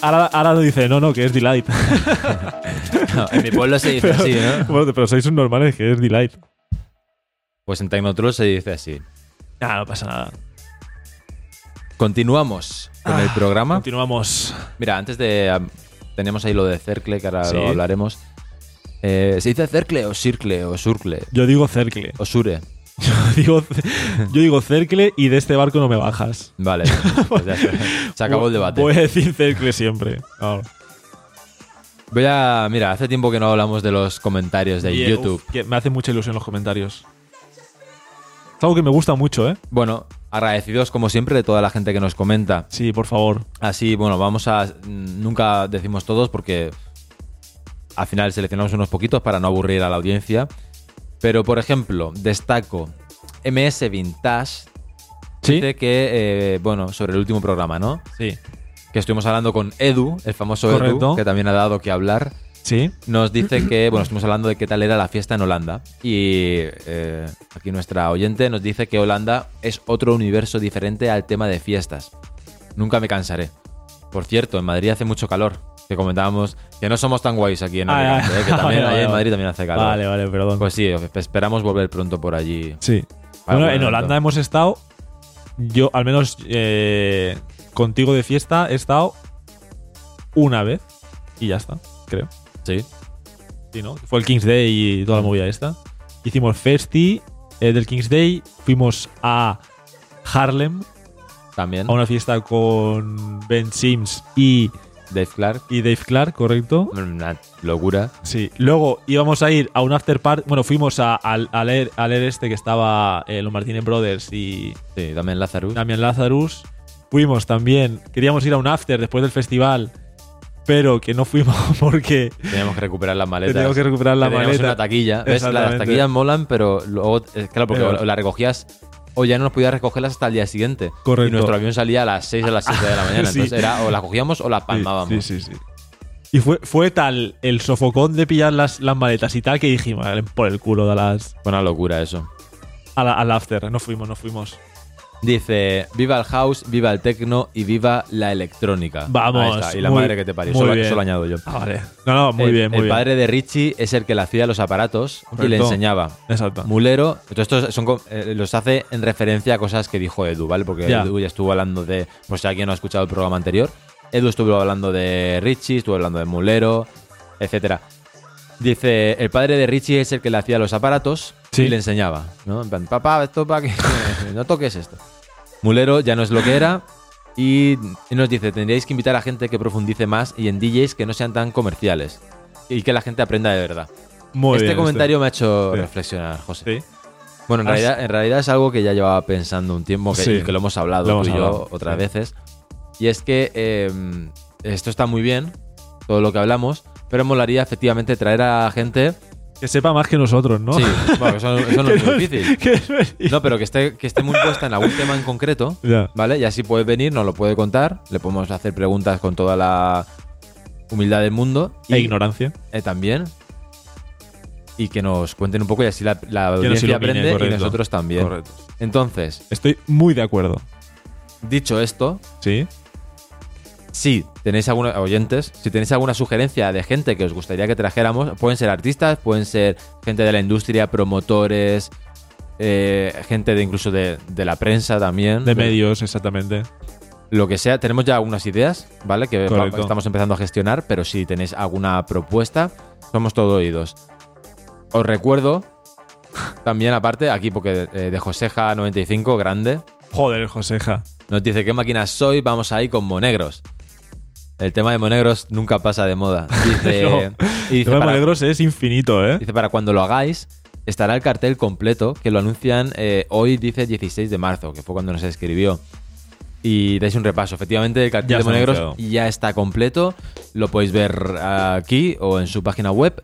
Ahora, ahora lo dice, no, no, que es Delight.
(laughs) No, en mi pueblo se dice así, ¿no?
(laughs) bueno, pero sois un normales que es Delight.
(laughs) Pues en Tecnotrol se dice así.
Ah, no pasa nada.
Continuamos con el programa.
Continuamos.
Mira, antes de. am, teníamos ahí lo de cercle, que ahora
Sí.
lo hablaremos. Eh, ¿Se dice cercle o circle o surcle?
Yo digo cercle. (laughs)
O sure.
Yo digo, yo digo cercle y de este barco no me bajas.
Vale.
(laughs)
pues ya está. se acabó el debate.
Voy a decir cercle siempre. Claro.
Voy a. Mira, hace tiempo que no hablamos de los comentarios de
Y, eh,
YouTube.
uf, que me hace mucha ilusión los comentarios. Es algo que me gusta mucho, ¿eh?
Bueno, agradecidos como siempre de toda la gente que nos comenta.
Sí, por favor.
Así, bueno, vamos a. mm, Nunca decimos todos porque al final seleccionamos unos poquitos para no aburrir a la audiencia. Pero, por ejemplo, destaco MS Vintage.
¿Sí?
Dice que, eh, bueno, sobre el último programa, ¿no?
Sí.
Que estuvimos hablando con Edu, el famoso Edu,
Correcto.
que también ha dado que hablar.
Sí.
Nos dice que, bueno, estuvimos hablando de qué tal era la fiesta en Holanda. Y eh, aquí nuestra oyente nos dice que Holanda es otro universo diferente al tema de fiestas. Nunca me cansaré. Por cierto, en Madrid hace mucho calor. Que comentábamos que no somos tan guays aquí en
Ah,
Alicante,
ah,
eh, que también
(laughs) vale,
ahí en
vale.
Madrid también hace calor.
Vale, vale, perdón.
Pues sí, esperamos volver pronto por allí.
sí.
Vale,
bueno,
vale,
en Holanda
entonces.
hemos estado. Yo, al menos eh, contigo de fiesta, he estado una vez y ya está, creo.
Sí.
Sí, ¿no? Fue el King's Day y toda la movida esta. Hicimos Festi eh, del King's Day, fuimos a Harlem,
También.
a una fiesta con Ben Sims y,
Dave Clark.
y Dave Clark, ¿correcto?
Una locura.
Sí. Luego íbamos a ir a un after party. Bueno, fuimos a- al, al, Air- al Air este que estaba eh, los Martínez Brothers y
Sí, también Lazarus.
Damian Lazarus. Fuimos también, queríamos ir a un after después del festival, pero que no fuimos (laughs) porque
Teníamos que recuperar las maletas.
teníamos que recuperar la
Que teníamos
maleta.
una taquilla. ¿Ves? Las
Exactamente.
taquillas molan, pero luego, eh, claro, porque
Pero-
o las recogías o ya no nos podías recogerlas hasta el día siguiente.
Correcto.
Y nuestro avión salía a las 6 o las 7 de la
(laughs)
mañana.
Sí.
Entonces era o las cogíamos o las palmábamos.
Sí, sí, sí. Y fue, fue tal el sofocón de pillar las, las maletas y tal que dijimos, "Vale, por el culo de las,
Fue una locura eso.
a la- al after. No fuimos, no fuimos.
Dice, viva el house, viva el techno y viva la electrónica.
Vamos,
Ahí está. Y la
muy-
madre que te parió.
muy
Eso, lo-
bien.
eso lo añado yo.
Ah, vale. No, no, muy
el,
bien, muy
el
bien.
padre de Richie es el que le hacía los aparatos y le
Correcto.
enseñaba.
Exacto.
Mulero, todo esto son, co- eh, los hace en referencia a cosas que dijo Edu, ¿vale? Porque
Ya.
Edu ya estuvo hablando de, por si alguien no ha escuchado el programa anterior, Edu estuvo hablando de Richie, estuvo hablando de Mulero, etcétera. Dice, el padre de Richie es el que le hacía los aparatos
Sí.
y le enseñaba, ¿no? En plan, papá, esto para que (laughs) no toques esto. Mulero ya no es lo que era y nos dice, tendríais que invitar a gente que profundice más y en DJs que no sean tan comerciales y que la gente aprenda de verdad.
Muy
este
bien,
comentario me ha hecho
Sí.
reflexionar, José.
Sí.
Bueno, en
Has-
realidad, en realidad es algo que ya llevaba pensando un tiempo, que,
Sí.
y que lo hemos hablado
Lo hemos
tú y
hablado,
yo otras
sí.
veces. Y es que eh, esto está muy bien, todo lo que hablamos, pero molaría efectivamente traer a gente.
Que sepa más que nosotros, ¿no?
Sí, bueno,
(laughs)
eso, eso no
Que
es muy
nos-
difícil.
que nos-
No, pero que esté, que esté muy puesta en algún tema en concreto,
Ya.
¿vale? Y así puede venir, nos lo puede contar, le podemos hacer preguntas con toda la humildad del mundo.
E
Y,
ignorancia.
eh, también. Y que nos cuenten un poco y así la, la
nos
audiencia
ilumine,
aprende
correcto.
y nosotros también.
Correcto.
Entonces,
Estoy muy de acuerdo.
dicho esto,
Sí.
si tenéis algunos oyentes, si tenéis alguna sugerencia de gente que os gustaría que trajéramos, pueden ser artistas, pueden ser gente de la industria, promotores, eh, gente de incluso de, de la prensa también.
De medios, exactamente.
Lo que sea, tenemos ya algunas ideas, ¿vale? Que va-
Correcto.
estamos empezando a gestionar, pero si tenéis alguna propuesta, somos todo oídos. Os recuerdo (laughs) también, aparte, aquí, porque eh, de Joseja95, grande,
Joder, Joseja.
nos dice qué máquina soy, vamos ahí con Monegros. El tema de Monegros nunca pasa de
(laughs)
moda. Dice,
No.
y dice,
Tema de
para,
Monegros es infinito, ¿eh?
dice, para cuando lo hagáis, estará el cartel completo, que lo anuncian eh, hoy, dice 16 de marzo, que fue cuando nos escribió. Y dais un repaso. Efectivamente, el cartel
Ya
de
está
Monegros
anunciado.
ya está completo. Lo podéis ver aquí o en su página web.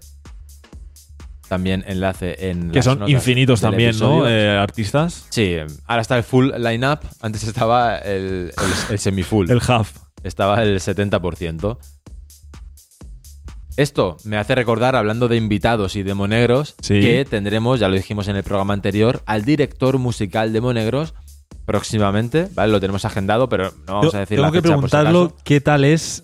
También enlace en
Que
las
son
notas
infinitos
del
también, ¿no?
episodio.
Eh, artistas.
Sí, ahora está el full line-up. Antes estaba el, el- el semi-full.
(laughs) El half.
Estaba el 70%. Esto me hace recordar, hablando de invitados y de Monegros,
Sí.
que tendremos, ya lo dijimos en el programa anterior, al director musical de Monegros próximamente. ¿vale? Lo tenemos agendado, pero no vamos
Yo
a decir
tengo
la
que
fecha, por si
preguntarlo
acaso.
qué tal es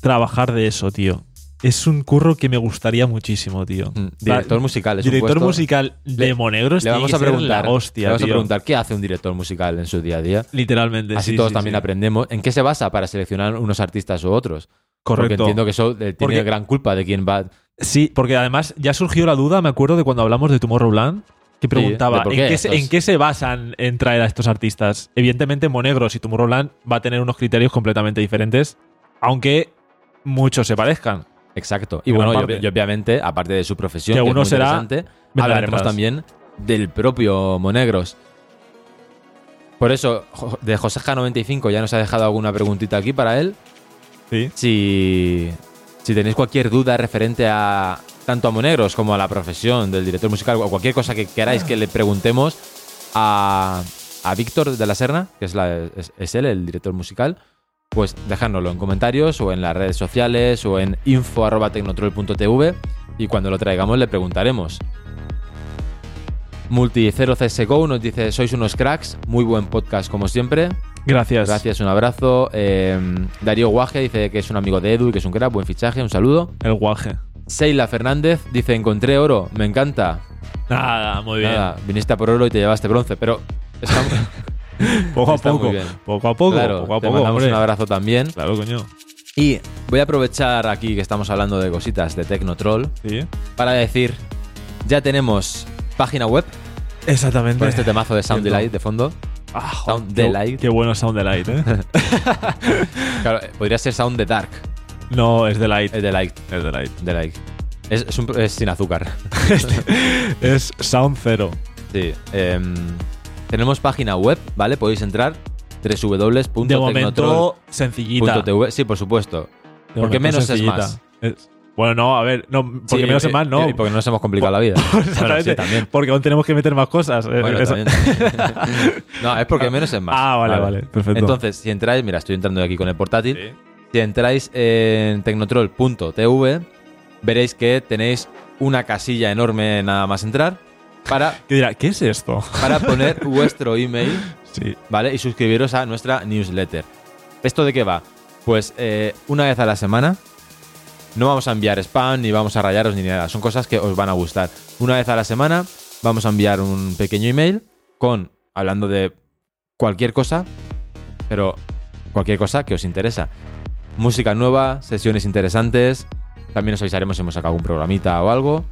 trabajar de eso, tío. Es un curro que me gustaría muchísimo, tío.
Mm,
La-
Director musical, es un
director
puesto-
musical de
Le-
Monegros.
Le
tiene
vamos
que
a
ser
preguntar,
La hostia,
le vamos a
tío.
preguntar qué hace un director musical en su día a día.
Literalmente.
Así
sí,
todos
sí,
también
sí.
aprendemos en qué se basa para seleccionar unos artistas u otros. Porque
Correcto.
entiendo que eso eh, tiene
Porque-
gran culpa de quién va.
Sí, porque además ya surgió la duda, me acuerdo, de cuando hablamos de Tomorrowland,
¿de
que preguntaba
por
¿en,
qué
qué se,
estos?
en qué se basan en traer a estos artistas. Evidentemente, Monegros y Tomorrowland va a tener unos criterios completamente diferentes, aunque muchos se parezcan.
Exacto. Y
Gran
bueno, y
parte.
obvi- y obviamente, aparte de su profesión,
Que
que es
uno
muy
será
interesante,
venta de
hablaremos
entradas.
también del propio Monegros. Por eso, jo- de Joseja95 ya nos ha dejado alguna preguntita aquí para él.
Sí.
Si, si tenéis cualquier duda referente a tanto a Monegros como a la profesión del director musical o cualquier cosa que queráis que le preguntemos a, a Víctor de la Serna, que es, la, es, es él, el director musical, pues dejárnoslo en comentarios o en las redes sociales o en info.tecnotrol.tv y cuando lo traigamos le preguntaremos. Multi0CSGO nos dice, sois unos cracks, muy buen podcast como siempre.
Gracias.
Gracias, un abrazo. Eh, Darío Guaje dice que es un amigo de Edu y que es un crack, buen fichaje, un saludo.
El guaje.
Seila Fernández dice, encontré oro, me encanta.
Nada, muy bien.
Nada, viniste a por oro y te llevaste bronce, pero está,
Poco a
Está muy
poco.
bien.
Poco a (laughs) poco.
claro,
poco a
te
poco.
mandamos
hombre.
un abrazo también.
Claro, coño.
Y voy a aprovechar aquí que estamos hablando de cositas de Tecnotroll
Sí.
para decir, ya tenemos página web
Exactamente.
con este temazo de Sound
Cierto.
Delight de fondo.
Ah, joder,
Sound
qué-
Delight.
Qué bueno Sound
(laughs)
Delight, ¿eh?
Claro, eh, podría ser Sound the Dark,
no, es Delight.
el de Light,
Es
(laughs)
Delight.
de Light. Es, es un- es sin azúcar.
Es Sound Cero.
Sí. em, tenemos página web, ¿vale? Podéis entrar
De momento, sencillita.
www.tecnotrol.tv. Sí, por supuesto.
De
Porque
momento
menos es
sencillita.
más.
Es- bueno, no, a ver, no, porque
Sí,
menos
eh,
es más, no.
Y porque no nos hemos complicado la vida. Bueno, sí,
(laughs) Exactamente,
también.
Porque aún tenemos que meter más cosas. eh,
Bueno,
eso-
también. no, es porque menos es más.
Ah, vale, vale, perfecto.
Entonces, si entráis, mira, estoy entrando aquí con el portátil. Si entráis en tecnotrol.tv, veréis que tenéis una casilla enorme nada más entrar para,
¿Qué dirá? ¿Qué es esto? (laughs)
para poner vuestro email
Sí.
¿vale? Y suscribiros a nuestra newsletter. ¿Esto de qué va? Pues eh, una vez a la semana no vamos a enviar spam, ni vamos a rayaros, ni nada. Son cosas que os van a gustar. Una vez a la semana vamos a enviar un pequeño email con, hablando de cualquier cosa, pero cualquier cosa que os interesa. Música nueva, sesiones interesantes. También os avisaremos si hemos sacado algún programita o algo.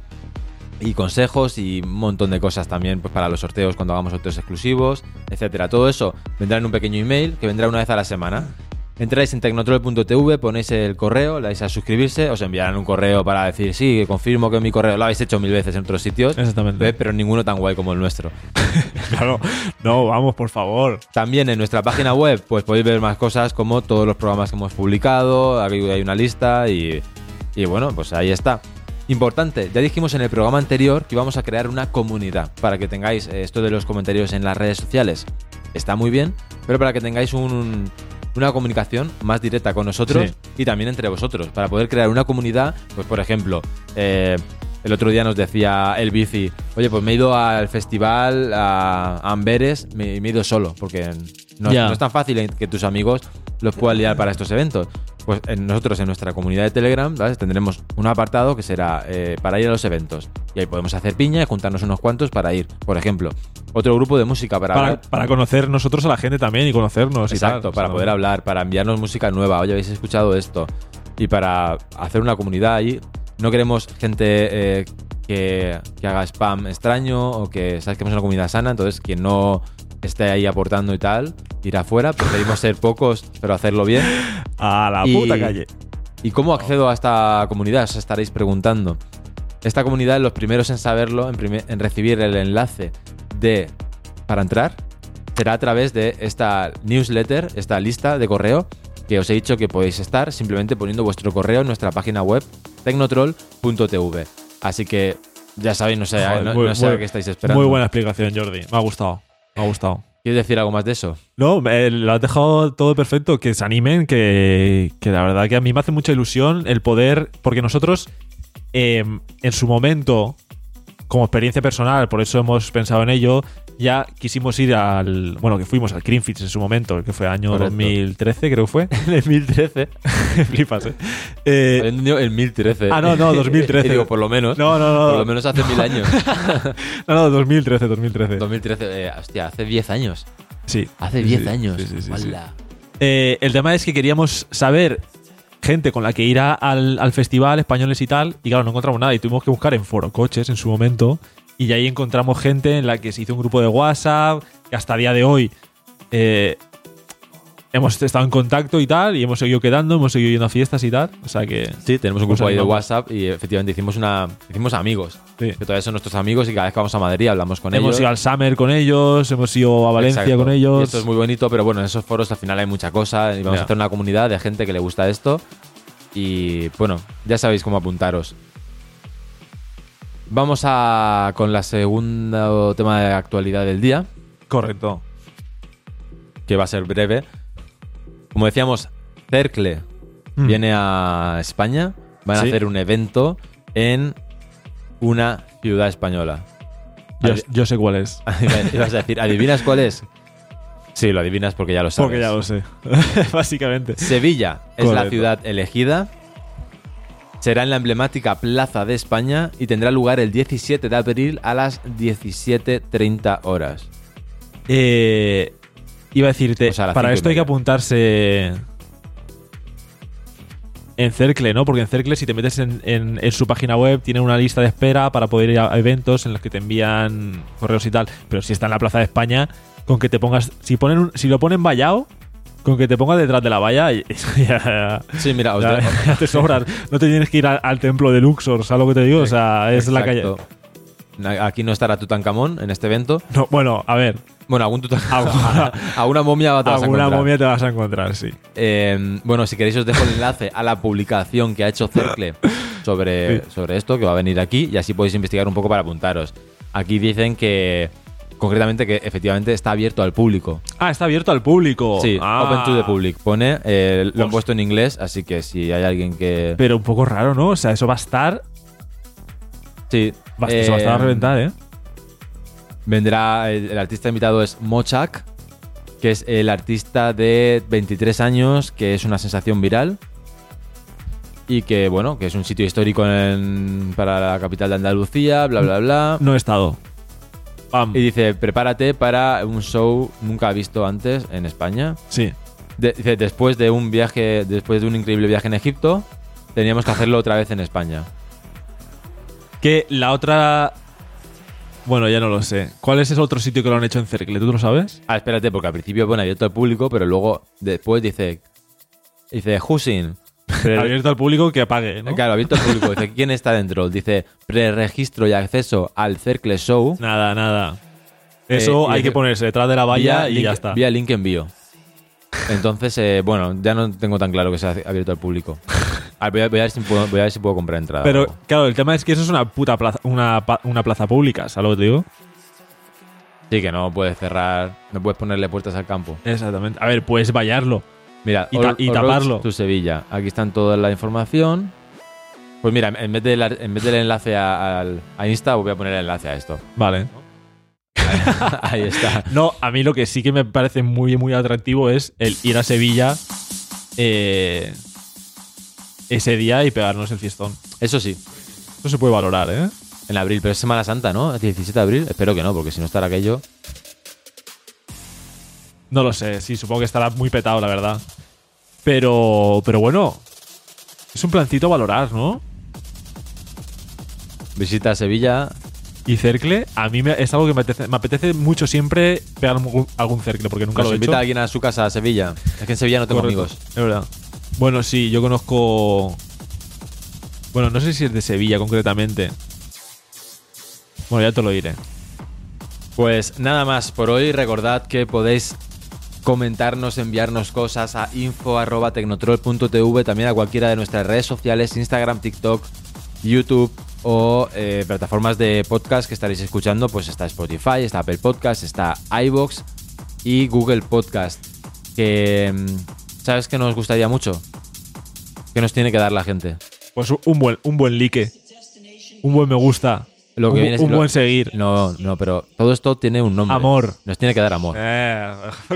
Y consejos y un montón de cosas también pues, para los sorteos cuando hagamos sorteos exclusivos, etcétera. Todo eso vendrá en un pequeño email que vendrá una vez a la semana. Entráis en tecnotrol.tv, ponéis el correo, le dais a suscribirse, os enviarán un correo para decir, sí, confirmo que mi correo lo habéis hecho mil veces en otros sitios,
Exactamente.
eh, pero ninguno tan guay como el nuestro.
(laughs) Claro. No, vamos, por favor.
También en nuestra página web pues podéis ver más cosas como todos los programas que hemos publicado, aquí hay una lista y, y bueno, pues ahí está. Importante, ya dijimos en el programa anterior que íbamos a crear una comunidad para que tengáis eh, esto de los comentarios en las redes sociales. Está muy bien, pero para que tengáis un- una comunicación más directa con nosotros
Sí.
y también entre vosotros, para poder crear una comunidad, pues por ejemplo, eh, el otro día nos decía el bici, oye, pues me he ido al festival a Amberes, me, me he ido solo, porque no,
Ya.
no es tan fácil eh, que tus amigos los puedan liar para estos eventos. Pues en- nosotros en nuestra comunidad de Telegram ¿sabes? tendremos un apartado que será eh, para ir a los eventos. Y ahí podemos hacer piña y juntarnos unos cuantos para ir. Por ejemplo, otro grupo de música para,
Para,
hablar-
para conocer nosotros a la gente también y conocernos. y
Exacto,
tal.
para
O sea,
poder hablar, para enviarnos música nueva. Oye, habéis escuchado esto. Y para hacer una comunidad ahí. No queremos gente eh, que, que haga spam extraño o que sabes que es una comunidad sana. Entonces, quien no esté ahí aportando y tal, ir afuera. Preferimos ser pocos, pero hacerlo bien.
A la
Y-
puta calle.
¿Y cómo accedo a esta comunidad? Os estaréis preguntando. Esta comunidad es los primeros en saberlo, en, primer- en recibir el enlace de para entrar, será a través de esta newsletter, esta lista de correo que os he dicho que podéis estar simplemente poniendo vuestro correo en nuestra página web tecnotroll.tv. Así que ya sabéis, no sé,
Joder,
no,
muy-
no sé
muy-
a qué estáis esperando.
Muy buena explicación, Jordi. Me ha gustado. Me ha gustado.
¿Quieres decir algo más de eso?
No, me- lo has dejado todo perfecto, que se animen, que, que la verdad que a mí me hace mucha ilusión el poder, porque nosotros eh, en su momento, como experiencia personal, por eso hemos pensado en ello, ya quisimos ir al, bueno, que fuimos al Greenfits en su momento, que fue año
Correcto.
2013 creo que
(laughs)
fue, (laughs)
2013.
flipas, ¿eh? Eh,
El, 2013.
Ah,
(laughs)
no, no, 2013.
Digo, por lo menos.
no, no, no,
Por lo menos hace mil
(laughs)
años.
no, no, 2013, 2013.
2013, eh, hostia, hace 10 años.
Sí.
Hace
Sí,
10
sí,
años.
sí, sí, sí, sí.
Hola.
Eh, el tema es que queríamos saber gente con la que irá al, al festival, españoles y tal, y claro, no encontramos nada y tuvimos que buscar en foro coches en su momento, y ahí encontramos gente en la que se hizo un grupo de WhatsApp, que hasta día de hoy eh, hemos estado en contacto y tal, y hemos seguido quedando, hemos seguido yendo a fiestas y tal, o sea que...
Sí, tenemos un
Pues
grupo ahí de
animamos.
WhatsApp y efectivamente hicimos una hicimos amigos.
sí.
Que todavía son nuestros amigos y cada vez que vamos a Madrid hablamos con
Hemos
ellos.
ido al Summer con ellos, hemos ido a Valencia
Exacto.
con
Y
ellos.
esto es muy bonito, pero bueno, en esos foros al final hay mucha cosa y vamos
Ya.
a hacer una comunidad de gente que le gusta esto. Y bueno, ya sabéis cómo apuntaros. Vamos a con la segunda tema de actualidad del día.
Correcto.
que va a ser breve. Como decíamos, Cercle
Mm.
viene a España, van a
Sí.
hacer un evento en una ciudad española. (laughs)
Yo,
Adi-
yo sé cuál es.
Ibas a decir, ¿adivinas cuál es? Sí, lo adivinas porque ya lo sabes.
Porque ya lo sé. (laughs) Básicamente.
Sevilla es la
Correcto.
ciudad elegida. Será en la emblemática Plaza de España y tendrá lugar el 17 de abril a las 17.30 horas.
Eh, iba a decirte,
O sea, a las
para
cinco y
esto hay que
media.
apuntarse en Cercle, ¿no? Porque en Cercle, si te metes en, en- en su página web, tiene una lista de espera para poder ir a eventos en los que te envían correos y tal. Pero si está en la Plaza de España, con que te pongas. Si, ponen un- si lo ponen vallado, con que te pongas detrás de la valla, y- (laughs) ya,
Sí, mira, os,
ya-
de-
(laughs) ya te sobran. No te tienes que ir al, al templo de Luxor, ¿sabes lo que te digo? O sea, es la calle.
Exacto. Na- Aquí no estará Tutankamón en este evento.
No, bueno, a ver,
Bueno, algún
(laughs)
Tutankamón.
Alguna-
(laughs) a una momia te vas a
alguna
encontrar.
momia te vas a encontrar, sí.
Eh, bueno, si queréis os dejo el enlace a la publicación que ha hecho
(laughs)
Cercle sobre, sobre esto, que va a venir aquí, y así podéis investigar un poco para apuntaros. Aquí dicen que, concretamente, que efectivamente está abierto al público.
Ah, está abierto al público.
Sí,
Ah.
open to the public. Pone, eh, lo han
Host-
puesto en inglés, así que si hay alguien que...
Pero un poco raro, ¿no? O sea, eso va a estar.
Sí,
va- se va a estar a
eh,
reventar, ¿eh?
Vendrá, el, el artista invitado es Mochak, que es el artista de 23 años, que es una sensación viral. Y que, bueno, que es un sitio histórico en- para la capital de Andalucía, bla, bla, bla.
No he estado. Pam.
Y dice, prepárate para un show nunca visto antes en España.
Sí.
De- dice, después de un viaje, después de un increíble viaje en Egipto, teníamos que hacerlo otra vez en España.
Que la otra. Bueno, ya no lo sé. ¿Cuál es ese otro sitio que lo han hecho en Cercle? ¿Tú lo sabes?
Ah, espérate, porque al principio pone abierto al público, pero luego después dice, dice, Husin. pero-
Abierto al público que pague, ¿no?
Eh, Claro, abierto al público. Dice, ¿quién está dentro? Dice, preregistro y acceso al Cercle Show.
Nada, nada.
Eh,
Eso
y
hay
es-
que ponerse detrás de la valla y
link-
ya está.
Vía link envío. Entonces, eh, bueno, ya no tengo tan claro que sea abierto al
(laughs)
público. Ah, Voy a, voy a ver, si puedo, voy a ver si puedo comprar entrada.
Pero
o-
claro, el tema es que eso es una puta plaza, una, pa- una plaza pública, ¿sabes lo que te digo?
Sí, que no puedes cerrar, no puedes ponerle puertas al campo.
Exactamente. A ver, puedes vallarlo.
Mira,
Y ta-
All-
y
All
taparlo.
Roads to Sevilla. Aquí están toda la información. Pues mira, en vez, de la- en vez del enlace a, al- a Insta, voy a poner el enlace a esto. (laughs)
Vale.
Ahí está.
No, a mí lo que sí que me parece muy, muy atractivo es el ir a Sevilla eh, ese día y pegarnos el fiestón.
Eso sí,
Eso se puede valorar, ¿eh?
En abril, pero es Semana Santa, ¿no? ¿Es 17 de abril? Espero que no, porque si no estará aquello.
No lo sé, sí, supongo que estará muy petado, la verdad. Pero, pero bueno, es un plancito a valorar, ¿no?
Visita a Sevilla,
y cercle, a mí me- es algo que me apetece, me apetece mucho siempre pegar algún, algún cercle, porque nunca
Nos
lo he
invita
hecho.
alguien a su casa a Sevilla. Es que en Sevilla no tengo
Correcto,
amigos.
Es verdad. Bueno, sí, yo conozco. Bueno, no sé si es de Sevilla concretamente. Bueno, ya te lo diré.
Pues nada más por hoy. Recordad que podéis comentarnos, enviarnos cosas a info.tecnotrol.tv, también a cualquiera de nuestras redes sociales, Instagram, TikTok, YouTube o eh, plataformas de podcast que estaréis escuchando. Pues está Spotify, está Apple Podcast, está iBox y Google Podcast. Que mm, sabes que nos gustaría mucho. Que nos tiene que dar la gente.
Pues un buen, un buen like, un buen me gusta,
Lo que
un,
viene es-
un
lo-
buen seguir.
No, no, pero todo esto tiene un nombre.
Amor.
Nos tiene que dar amor.
Eh, (laughs)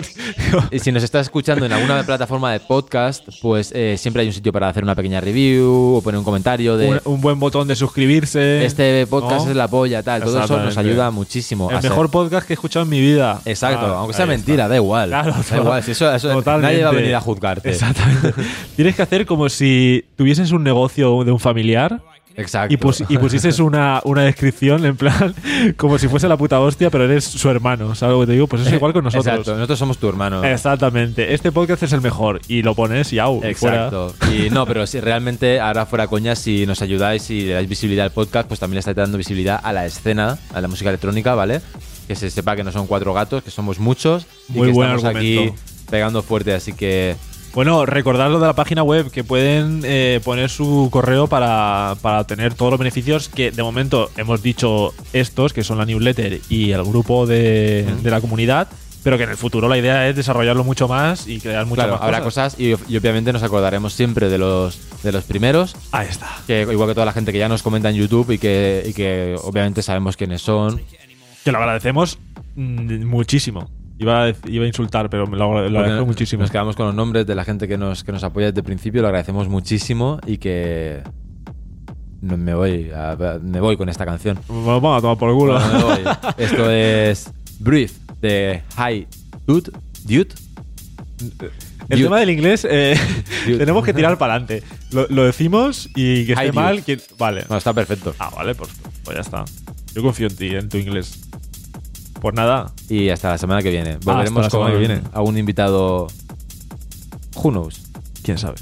Y si nos estás escuchando en alguna plataforma de podcast, pues eh, siempre hay un sitio para hacer una pequeña review o poner un comentario de
un, un buen botón de suscribirse.
este podcast
¿no?
es la polla, tal. Todo eso nos
Exactamente.
ayuda muchísimo. a
El
ser-
mejor podcast que he escuchado en mi vida.
Exacto,
Ah,
aunque sea
ahí
mentira,
está.
da igual.
Claro,
da igual. si eso, eso-
totalmente.
nadie va a venir a juzgarte.
Exactamente. (laughs) Tienes que hacer como si tuvieses un negocio de un familiar
Exacto.
y, pus- y pusieses una, una descripción en plan (laughs) como si fuese la puta hostia, pero eres su hermano. ¿Sabes lo que te digo? Pues eso es igual con nosotros.
Exacto, nosotros somos tu hermano.
Exactamente. Este podcast es el mejor y lo pones y au. fuera.
Exacto. Y no, pero si realmente ahora fuera coña, si nos ayudáis y le dais visibilidad al podcast, pues también le estáis dando visibilidad a la escena, a la música electrónica, ¿vale? Que se sepa que no son cuatro gatos, que somos muchos y
Muy
que
buen
estamos
argumento.
aquí pegando fuerte, así que
Bueno, recordad lo de la página web, que pueden eh, poner su correo para, para obtener todos los beneficios que de momento hemos dicho estos, que son la newsletter y el grupo de, de la comunidad, pero que en el futuro la idea es desarrollarlo mucho más y crear muchas
claro,
más
habrá
cosas.
cosas, y, y obviamente nos acordaremos siempre de los de los primeros,
Ahí está.
que igual que toda la gente que ya nos comenta en YouTube y que, y que obviamente sabemos quiénes son.
Que lo agradecemos mm, muchísimo. Iba a, dec- iba a insultar, pero me lo, agra- lo
Porque
agradezco muchísimo.
Nos quedamos con los nombres de la gente que nos, que nos apoya desde el principio, lo agradecemos muchísimo y que no, me voy a- me voy con esta canción.
Vamos a tomar por culo.
No, me voy. Esto es Brief de Hi Dude. Dude.
(laughs) El
Dude.
tema del inglés eh,
Dude.
tenemos que tirar para adelante. Lo, lo decimos y
Ay,
que esté
Dios.
mal. Que, vale.
No, está perfecto.
Ah, vale, pues, pues ya está. Yo confío en ti, en tu inglés. Pues nada,
Y hasta la semana que viene. Volveremos
la semana
con-
que viene.
a un invitado. Who knows?
quién sabe.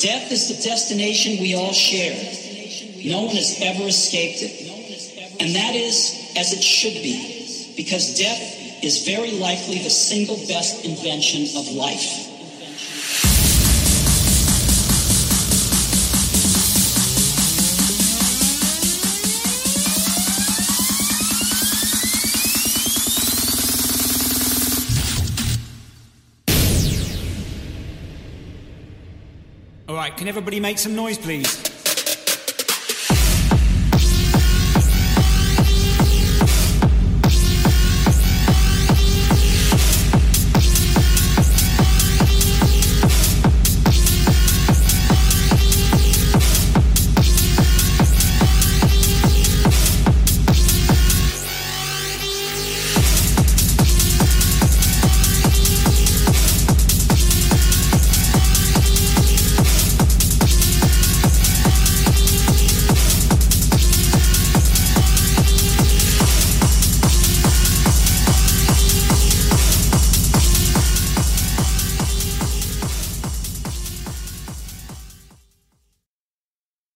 Death is the destination we all share. No one has ever escaped it. And that is as it should be, because death is very likely the single best invention of life.
All right, can everybody make some noise, please?